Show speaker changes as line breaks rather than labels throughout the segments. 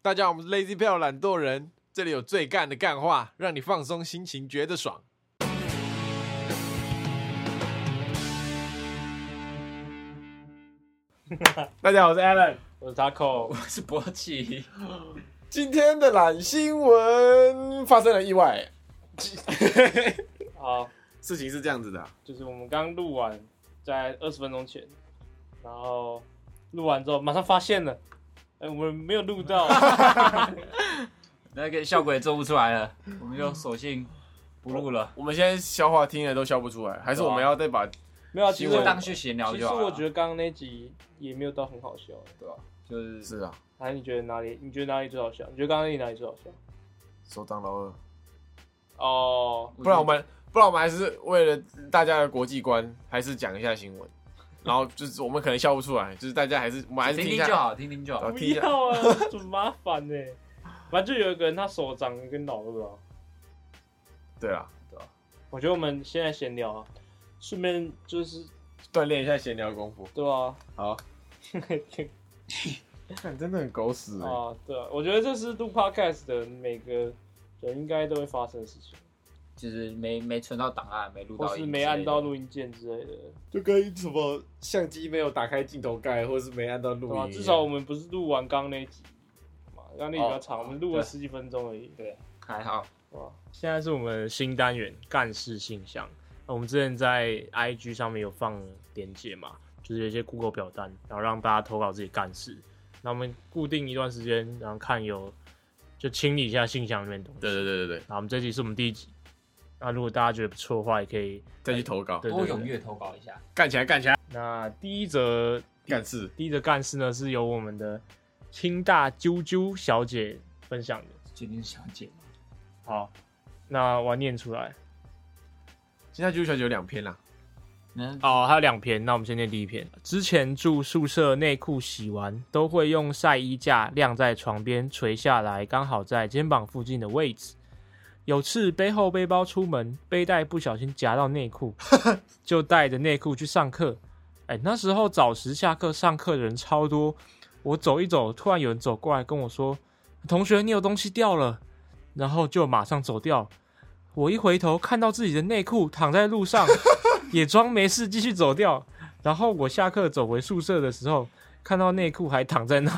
大家好，我们是 Lazy Bell 懒惰人，这里有最干的干话，让你放松心情，觉得 爽。大家好，我是 Alan。
我是 Taco，
我是博奇，
今天的懒新闻发生了意外，
好，
事情是这样子的啊、
就是我们刚录完，在二十分钟前，然后录完之后马上发现了，哎、我们没有录到，
那个效果也做不出来了，我们就索性不录了，
我们现在消化听了都消不出来，还是我们要再把
没有啊，其
就
实我
是当去闲聊
其
就
实
好了。
我觉得刚刚那集也没有到很好笑，
就是
是啊，
哎、啊，你觉得哪里？你觉得哪里最好笑？你觉得刚刚那里哪里最好笑？
首长老二，
哦，
不然我们不然我们还是为了大家的国际观，还是讲一下新闻，然后就是我们可能笑不出来，就是大家还是我们还是
听
一
听
下
就好，听听就好
啊。
不
听一下
要啊，很麻烦呢、反正就有一个人他手长一根老二啊，
对啊啦，
我觉得我们现在闲聊啊，顺便就是
锻炼一下闲聊功夫。
对啊，
好，看真的很狗屎、欸。
啊，对啊，我觉得这是录 podcast 的每个人应该都会发生的事情，
就是没没存到档案，没录
或
到，
是没按到，录音键之类的，
就跟什么相机没有打开镜头盖，或者是没按到录
对吧、
音，
至少我们不是录完刚刚那一集嘛，刚刚那集比较长，
哦
我们录了
对
十几分钟而已，对
还好。
吧？现在是我们新单元干事信箱，那我们之前在 IG 上面有放连接嘛，就是有一些 Google 表单，然后让大家投稿自己干事，那我们固定一段时间，然后看有就清理一下信箱里面的东西。
对对对对对，
那我们这集是我们第一集。那如果大家觉得不错的话，也可以
再去投稿，
对
多
对
踊
对。
跃投稿一下，
干起来干起来，
那第一则
干事
第一则干事呢，是由我们的清大啾啾小姐分享的。
决定小姐。
好，那我要念出来。
现在就是小姐有两篇啦，
嗯，
哦，还有两篇，那我们先念第一篇。之前住宿舍，内裤洗完都会用晒衣架晾在床边，垂下来，刚好在肩膀附近的位置。有次背后背包出门，背带不小心夹到内裤，就带着内裤去上课。哎，那时候早时下课上课的人超多，我走一走，突然有人走过来跟我说：“同学，你有东西掉了。”然后就马上走掉。我一回头，看到自己的内裤躺在路上，也装没事继续走掉。然后我下课走回宿舍的时候，看到内裤还躺在那。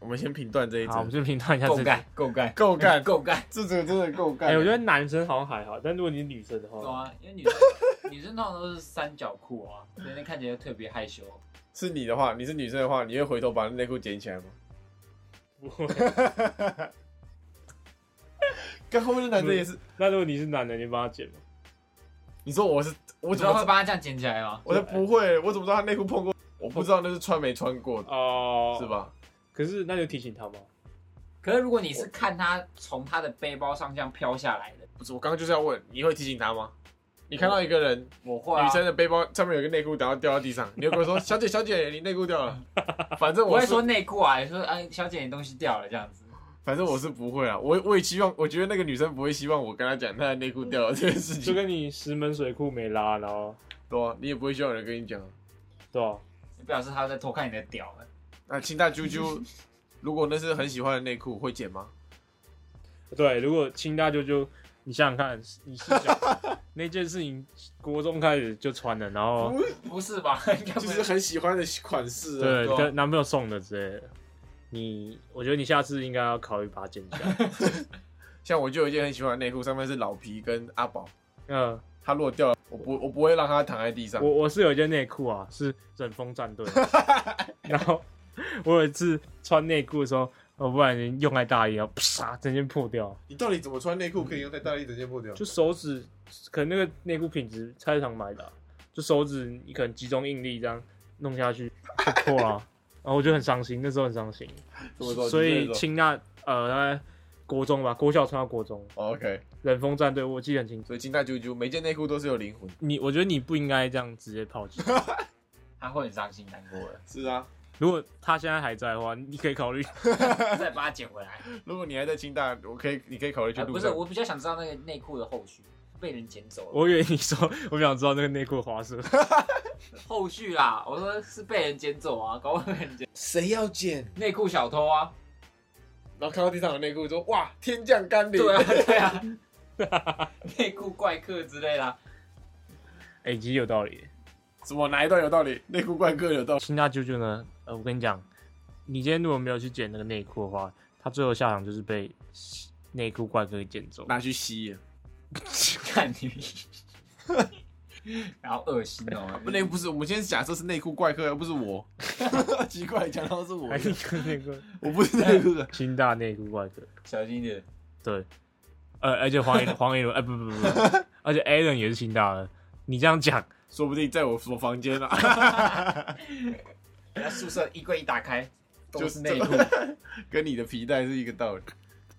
我们先评断这一
好，我们
则，
就评断一下
够
这个。
干，够干，
够干
够干。
这则真的够干
哎、我觉得男生好像还好，但如果你是女生的
懂
话，
啊，因为 女生女生通常都是三角裤啊，所以那看起来特别害羞。
是你的话，你是女生的话，你会回头把内裤捡起来吗？
不会。
跟后面的男生也是，
那如果你是男的，你帮他剪吗？
你说我是我
我
怎
知道
么
会
知道？
把它这样捡起来吗？
我都不会，我怎么知道他内裤碰过？我不知道那是穿没穿过的，
哦、
是？吧？
可是那就提醒他吧。
可是如果你是看它从他的背包上这样飘下来的，
不是，我刚刚就是要问，你会提醒他吗？你看到一个人
我会啊
女生的背包上面有个内裤，然后掉到地上，你就跟我说：“小姐，小姐，你内裤掉 了。”反正
不
我
会
是，
说内裤啊，也说哎，小姐你东西掉了这样子。
反正我是不会啊。我我也希望，我觉得那个女生不会希望我跟她讲她的内裤掉了这件事
就
情。
跟你石门水库没拉，然后
对啊，你也不会希望有人跟你讲。
对吧、
表示他在偷看你的屌了。
那清大啾啾， 如果那是很喜欢的内裤，会捡吗？
对，如果清大舅舅，你想想看，你试 想那件事情，国中开始就穿了，然后
不是吧？ 应该不是。
很喜欢的款式
对，
对啊
跟男朋友送的之类的。你，我觉得你下次应该要考虑把它剪下 来。
像我就有一件很喜欢的内裤，上面是老皮跟阿宝，
嗯，
他如果掉了，我不我不会让他躺在地上
我。我是有一件内裤啊，是忍风战队， 然后我有一次穿内裤的时候，我不然用在大衣，然后啪，整件破掉，
你到底怎么穿内裤可以用在大力整件破掉？
就手指，可能那个内裤品质菜市场买的啊、就手指你可能集中应力这样弄下去就破了啊、然后我就很伤心，那时候很伤心，
怎么说？
所
你
以
这么说
清那呃大概国中吧，国小穿到国中，
哦 OK，
忍风战队我记得很清楚。
所以清大啾啾每件内裤都是有灵魂。
你我觉得你不应该这样直接抛弃。
他会很伤心难过的，
是啊，
如果他现在还在的话，你可以考虑。
再把它捡回来。
如果你还在清大，我可以，你可以考虑去
呃
路
不是，
上。
我比较想知道那个内裤的后续，被人捡走了。
我以为你说我想知道那个内裤花色，
后续啦，我说是被人捡走啊，搞不好被人捡
谁要捡？
内裤小偷啊，
然后看到地上有内裤，说哇，天降甘霖。
对啊，对啊，内裤怪客之类的啊，
哎、其实有道理。
什么哪一段有道理？内裤怪客有道理。
新大舅舅呢，呃，我跟你讲，你今天如果没有去捡那个内裤的话，他最后下场就是被内裤怪哥给捡走。
拿去啊吸了，
看你， 然后恶心哦，
那个不是我们今天假设是内裤怪客，又不是我。 奇怪，讲到是我
还，是跟那个
我不是内裤的。
新大内裤怪哥，
小心一点。
对，呃，而且 黄一黄一伦，哎、不不不不，而且 Alan 也是新大的。你这样讲，
说不定在我我房间啊，
人家宿舍衣柜一打开 都
就是是
内裤，
跟你的皮带是一个道理。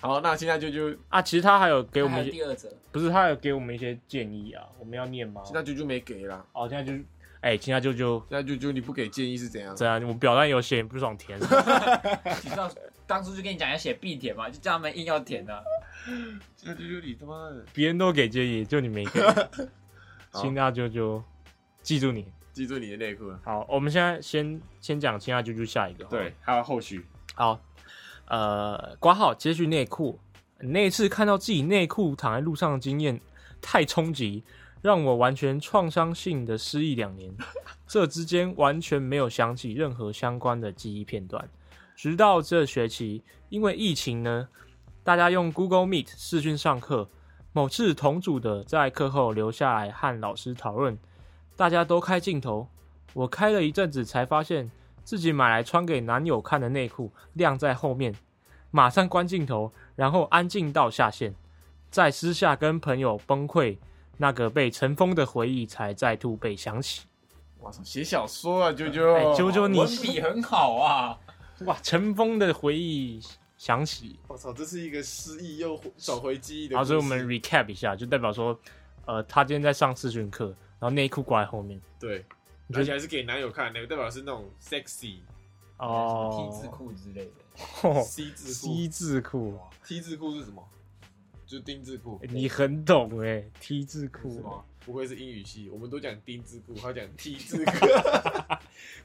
好，那现在舅舅，
啊，其实他还有给我
还
们
有
一些，
第二则，
不是他有给我们一些建议啊，我们要念吗？
现在舅舅没给啦。
哦，现在就是，哎、现在舅舅
现在舅舅你不给建议是怎样？
这样，我表单有写，你不爽填。
你知道当初就跟你讲要写必填嘛，就叫他们硬要填的、啊。
现在舅舅你他妈的，
别人都给建议，就你没给。
好
清大啾啾，记住你。
记住你的内裤了。
好，我们现在先先讲清大啾啾下一个。
对，，还有后续。
好，呃，挂号接续内裤。那一次看到自己内裤躺在路上的经验太冲击，让我完全创伤性的失忆两年。这之间完全没有想起任何相关的记忆片段，直到这学期，因为疫情呢，大家用 Google Meet 视讯上课。某次同组的在课后留下来和老师讨论，大家都开镜头。我开了一阵子才发现，自己买来穿给男友看的内裤晾在后面，马上关镜头，然后安静到下线，在私下跟朋友崩溃，那个被尘封的回忆才再度被想起。
哇操，写小说啊，舅舅，
哎啾啾你
文笔很好啊，
哇，尘封的回忆想起，
我操，这是一个失忆又找回记忆的
然
故
后
事。
啊所以我们 recap 一下，就代表说，呃，他今天在上视讯课，然后内裤挂在后面，
对，
你觉得
而且还是给男友看的，代表是那种 sexy
哦
什么 T 字裤之类的，
C 字裤哦，T
，T 字裤，
字裤是什么？就丁字裤。
你很懂哎、t 字
是
裤
吗？不愧是英语系，我们都讲丁字裤，他讲 T 字裤。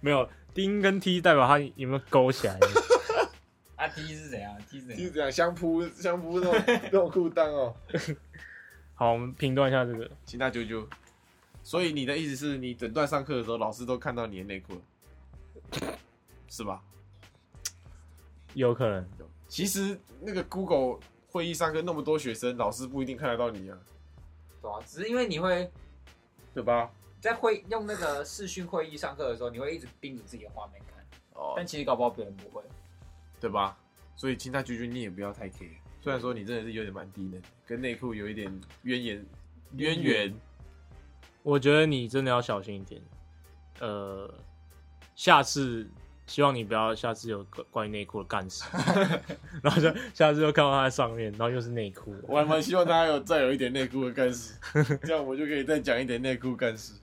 没有丁跟 T 代表它有没有勾起来？
啊 T 是谁啊？T 是
就是
谁？
这样相扑相扑那 种那种裤裆哦。
好，我们评断一下这个。
请大啾啾。所以你的意思是你整段上课的时候，老师都看到你的内裤了， 是吧？
有可能，
其实那个 Google 会议上课那么多学生，老师不一定看得到你啊，
对啊，只是因为你会
对吧？
在会用那个视讯会议上课的时候，你会一直盯着自己的画面看，
哦
但，其实搞不好别人不会。
对吧？所以请大啾啾你也不要太 care，虽然说你真的是有点蛮低能，跟内裤有一点渊源渊源。
我觉得你真的要小心一点。呃，下次希望你不要下次有关关于内裤的干事， 然后就下次又看到它在上面，然后又是内裤。
我还蛮希望大家有再有一点内裤的干事， 这样我就可以再讲一点内裤干事。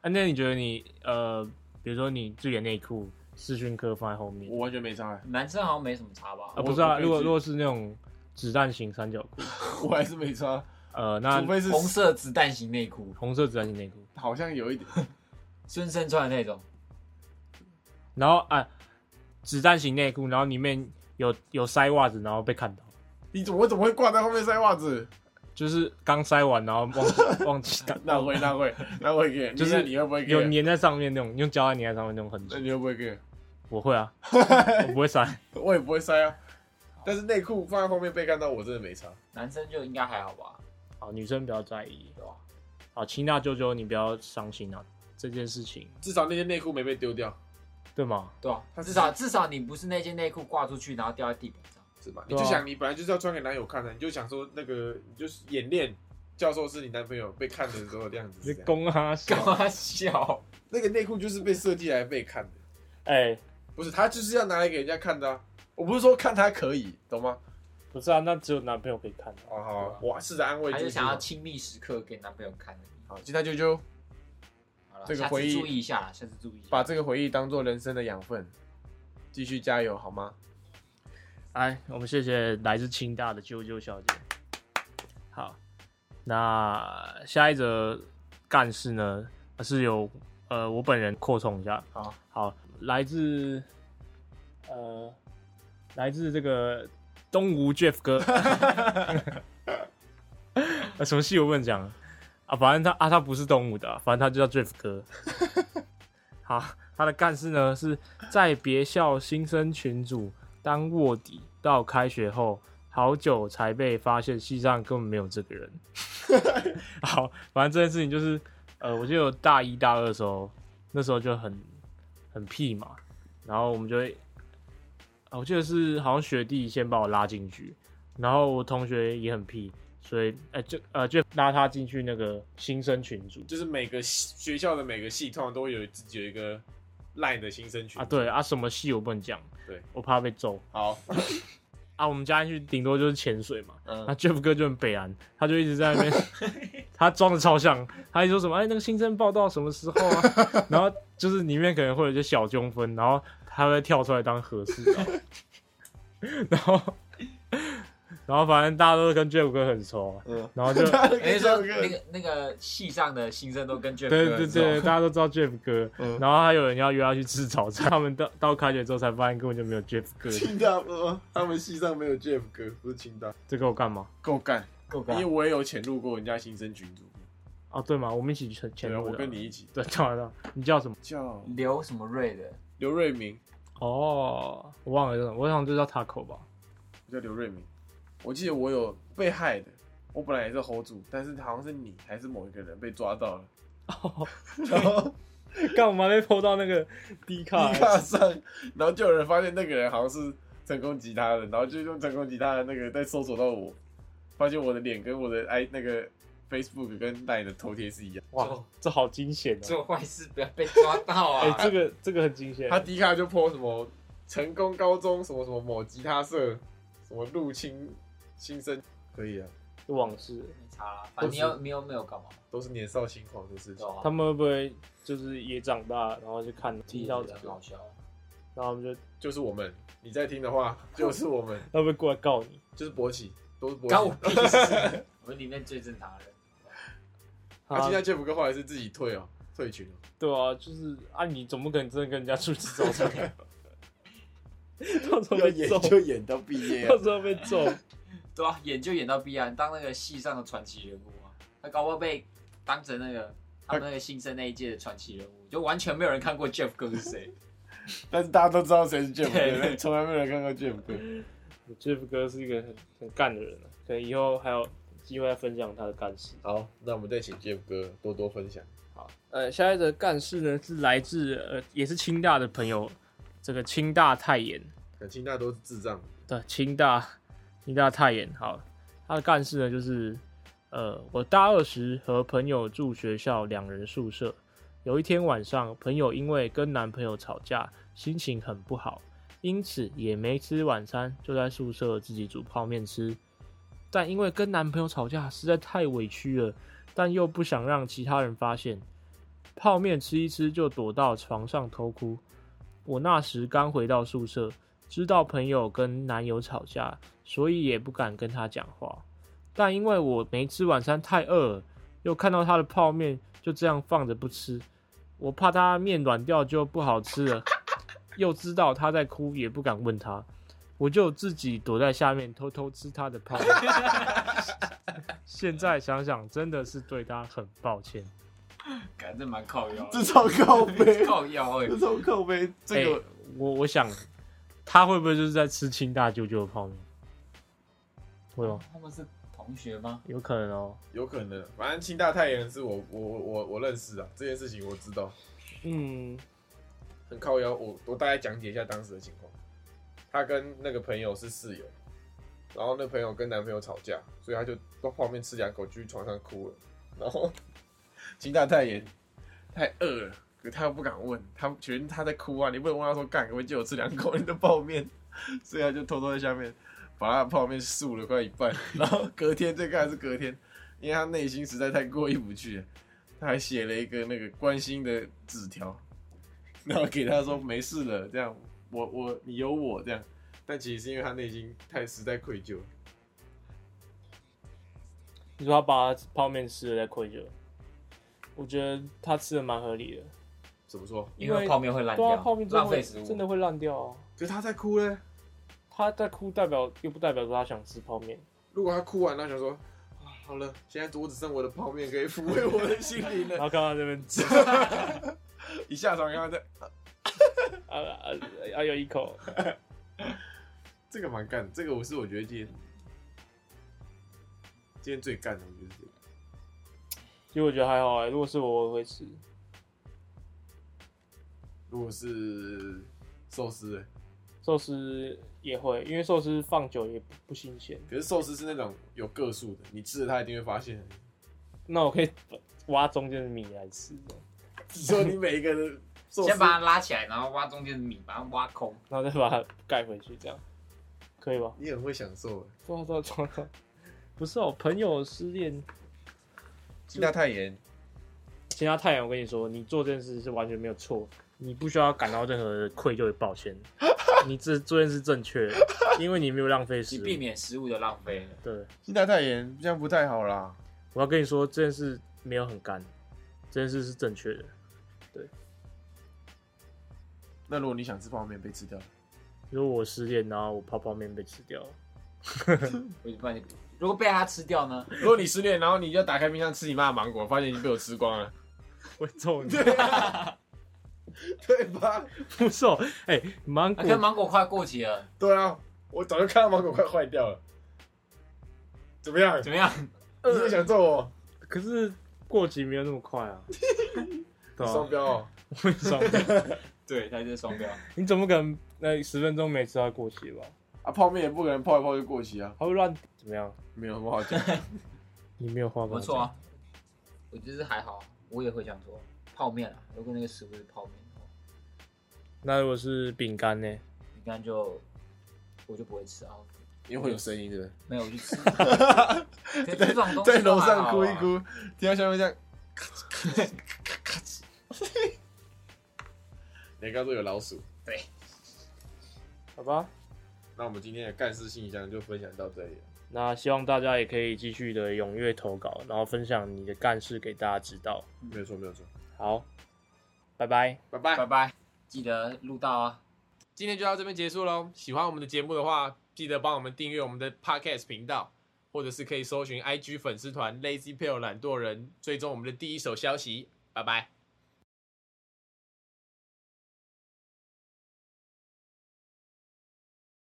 啊，那你觉得你呃，比如说你自己的内裤视讯课放在后面
我完全没差、欸，
男生好像没什么差吧？
啊，
我
不是啊，
我可以
如果
自
如果是那种子弹型三角裤，
我还是没差，
呃，那
除非是
红色子弹型内裤，
红色子弹型内裤，
好像有一点
孙生穿的那种，
然后啊，子弹型内裤，然后里面有有塞袜子，然后被看到。
你怎么我怎么会挂在后面塞袜子？
就是刚塞完，然后忘记 忘 记干，
那会那会那会给，
就是
那你会不会给？
有粘在上面那种，用胶带粘在上面那种痕
那
迹。
你会不会给？
我会 啊，我不会塞。
我也不会塞啊。但是内裤放在后面被看到，我真的没差。
男生就应该还好吧？
好，女生不要在意。
对吧？
好，亲大舅舅，你不要伤心啊，这件事情
至少那些内裤没被丢掉，
对吗？
对啊，
他是
至少至少你不是那件内裤挂出去然后掉在地板上，
是吧？你
对啊
就想你本来就是要穿给男友看的，你就想说那个你就是演练教授是你男朋友被看的时候的样子
你
是这样。
公啊，小
干嘛笑？
那个内裤就是被设计来被看的，
哎、
不是他就是要拿来给人家看的、啊。我不是说看他可以，懂吗？
不是啊，那只有男朋友可以看啊到。
哦好，我试着安慰
还
自
是
己
想。要亲密时刻给男朋友看的？
好，今天啾啾
好了，
这个
下
回忆
次注意一下啦，下次注意一下。
把这个回忆当做人生的养分，继续加油好吗？
哎，我们谢谢来自清大的啾啾小姐。好，那下一则干事呢，是由呃我本人扩充一下。
好，
好，来自呃来自这个东吴 Jeff 哥。 啊什么戏我不能讲啊啊？反正他啊，他不是东吴的啊、反正他就叫 Jeff 哥。好，他的干事呢是在别校新生群组当卧底，到开学后好久才被发现，系上根本没有这个人。 好，反正这件事情就是，呃，我记得我大一大二的时候，那时候就很很屁嘛，然后我们就会，啊我记得是好像学弟先把我拉进去，然后我同学也很屁，所以呃就呃就拉他进去那个新生群组
就是每个系学校的每个系通常都会有自己有一个赖的新生群
啊，对，啊，什么戏我不能讲，
对
我怕被揍
好，
啊，我们加进去顶多就是潜水嘛，
嗯
那 Jeff 哥就很北安，他就一直在那边，他装的超像，他还说什么哎那个新生报道什么时候啊， 然后就是里面可能会有一些小纠纷，然后他会跳出来当和事佬， 然后然后反正大家都跟 Jeff 哥很熟啊，
嗯，
然后就
人家说那个那个系上的新生都跟 Jeff
对对
哥很熟
对，大家都知道 Jeff 哥，
嗯
然后还有人要约他去吃早餐，他们到到开学之后才发现根本就没有 Jeff 哥，
清大呃，他们系上没有 Jeff 哥，不是清大，
这个我干嘛？
够干，
够
因
高
为。我也有潜入过人家新生群组，
哦，对嘛，我们一起潜潜
对啊，
入的。
我跟你一起
对，当然了，你叫什么？
叫
刘什么瑞的，
刘瑞明，
哦，我忘了叫什么，我想就叫 Taco 吧。
我叫刘瑞明，我记得我有被害的，我本来也是 hold 住，但是好像是你还是某一个人被抓到了，
哦，
然后。
干我们还没 PO 到那个 D 卡
低卡上，然后就有人发现那个人好像是成功吉他的，然后就用成功吉他的那个再搜索到我，发现我的脸跟我的 i 那个 Facebook 跟 l 的头贴是一样，
哇，这好惊险哦！
做坏事不要被抓到
哎、
啊！
这个这个很惊险。欸
他低卡就 po 什么成功高中什么什么某吉他社，什么入侵新生，可以啊，
往事，
没差啦，反正你又你又没有干嘛，
都是年少轻狂的事
对啊
情。
吧？
他们会不会就是也长大，然后就看踢到，
很
啊
好笑。啊
然后他们就
就是我们，你在听的话，就是我们，
他们过来告你
就是勃起，都是
关我
勃起。
屁事！我们里面最正常的人，
他
啊
现？在 Jeff 哥后来是自己退哦，退群哦。
对啊，就是啊，你总不可能真的跟人家出去吃早餐， 到时候被揍，
演到毕业啊
到时候被揍。
对啊，演就演到必然，当那个戏上的传奇人物啊，他搞不好被当成那个他们那个新生那一届的传奇人物，就完全没有人看过 Jeff 哥是谁。
但是大家都知道谁是 Jeff
对
哥，从来没有人看过 Jeff 哥。
Jeff 哥是一个很很干的人啊，可能以后还有机会再分享他的干事。
好，那我们再请 Jeff 哥多多分享。
好，呃，下一则干事呢是来自呃也是清大的朋友，这个清大泰妍
感情大家都是智障，
对，清大清大泰妍，好，他的干事呢就是呃我大二时和朋友住学校两人宿舍，有一天晚上朋友因为跟男朋友吵架，心情很不好，因此也没吃晚餐，就在宿舍自己煮泡面吃。但因为跟男朋友吵架实在太委屈了，但又不想让其他人发现，泡面吃一吃就躲到床上偷哭。我那时刚回到宿舍，知道朋友跟男友吵架，所以也不敢跟他讲话。但因为我没吃晚餐，太饿了，又看到他的泡面就这样放着不吃，我怕他面软掉就不好吃了，又知道他在哭，也不敢问他，我就自己躲在下面偷偷吃他的泡面。现在想想，真的是对他很抱歉。
感觉蛮靠腰的，
这超靠 背，
靠腰哎、
这超靠背，这
欸
个
我我想他会不会就是在吃清大舅舅的泡面？会哦吗？
他们是同学吗？
有可能哦。
有可能。反正清大太原是我我我我我认识啊，这件事情我知道，
嗯，
很靠腰。我我大概讲解一下当时的情况。她跟那个朋友是室友，然后那朋友跟男朋友吵架，所以她就到泡面吃两口，就去床上哭了。然后清大太原太饿了，可她又不敢问，她觉得她在哭啊，你不能问她说干，可不可以借我吃两口你的泡面？ 所以她就偷偷在下面把她的泡面漱了快一半，然后隔天这个还是隔天，因为她内心实在太过意不去了，她还写了一个那个关心的纸条， 然后给她说没事了，这样我我你有我这样，但其实是因为她内心太实在愧疚了，
你说他把泡面吃了再愧疚，我觉得他吃的蛮合理的。
怎么说？
因为泡面会烂
对啊，
掉，
泡面真的
浪
会
费食物，
真的会烂掉啊。
可是她在哭嘞，
他在哭，代表又不代表说他想吃泡 面。
如果他哭完，他想说啊，好了，现在我只剩我的泡面可以抚慰我的心灵
然
了。
后刚刚这边
一下床刚刚在，
啊啊啊有一口，
这个蛮干的，这个我是我觉得今天今天最干的，我觉得是这个。
其实我觉得还好哎、如果是我，我会吃。
如果是寿司、欸，
寿司也会，因为寿司放久也不不新鲜。
可是寿司是那种有个数的，你吃了它一定会发现。
那我可以挖中间的米来吃，
只说你每一个人寿司，
先把它拉起来，然后挖中间的米，把它挖空。
然后再把它盖回去，这样可以吧？
你很会享受欸。
对啊对啊对啊对啊不是哦，朋友失恋，
金大太严，
其他太阳，我跟你说，你做这件事是完全没有错，你不需要感到任何的愧疚与抱歉，你这做这件事正确的，因为你没有浪费
你
时
避
间。
免食物的浪费。
对，
金大太严这样不太好啦。
我要跟你说，这件事没有很干，这件事是正确的。
那如果你想吃泡面被吃掉，
比如我失恋，然后我泡泡面被吃掉了，
我就不然你如果被它吃掉呢？
如果你失恋，然后你就打开冰箱吃你妈的芒果，发现已经被我吃光了，
我揍 你！
对吧？
不错，哎、芒
啊、可是
果
芒果快过期了，
对啊，我早就看到芒果快坏掉了。怎么样？
怎么样？
你是想揍我？
可是过期没有那么快 啊。对
双
啊，
标哦，
我也双标，
对，它就是双标。
你怎么可能那十分钟没吃到过期吧？
啊，泡面也不可能泡一泡就过期啊，
它会乱怎么样？
没有什么好 讲。
你没有话跟
不
我
错
讲。
啊，我觉得还好，我也会想说泡面啊，如果那个食物是泡面的话，
那如果是饼干呢？
饼干就我就不会吃啊，
因为会有声音，对不对？
没有我就 吃。可是这种东西
在
都
楼
还好啊
上哭一，哭，听到下面这 样，你刚说有老鼠，
好吧，
那我们今天的干事信箱就分享到这里了。
那希望大家也可以继续的踊跃投稿，然后分享你的干事给大家知道。
没有错，没有错，
好，拜拜。
拜拜
拜拜，记得录到啊。
今天就到这边结束喽。喜欢我们的节目的话，记得帮我们订阅我们的 Podcast 频道，或者是可以搜寻 IG 粉丝团 Lazy p a l e 懒惰人，追踪我们的第一手消息。拜拜。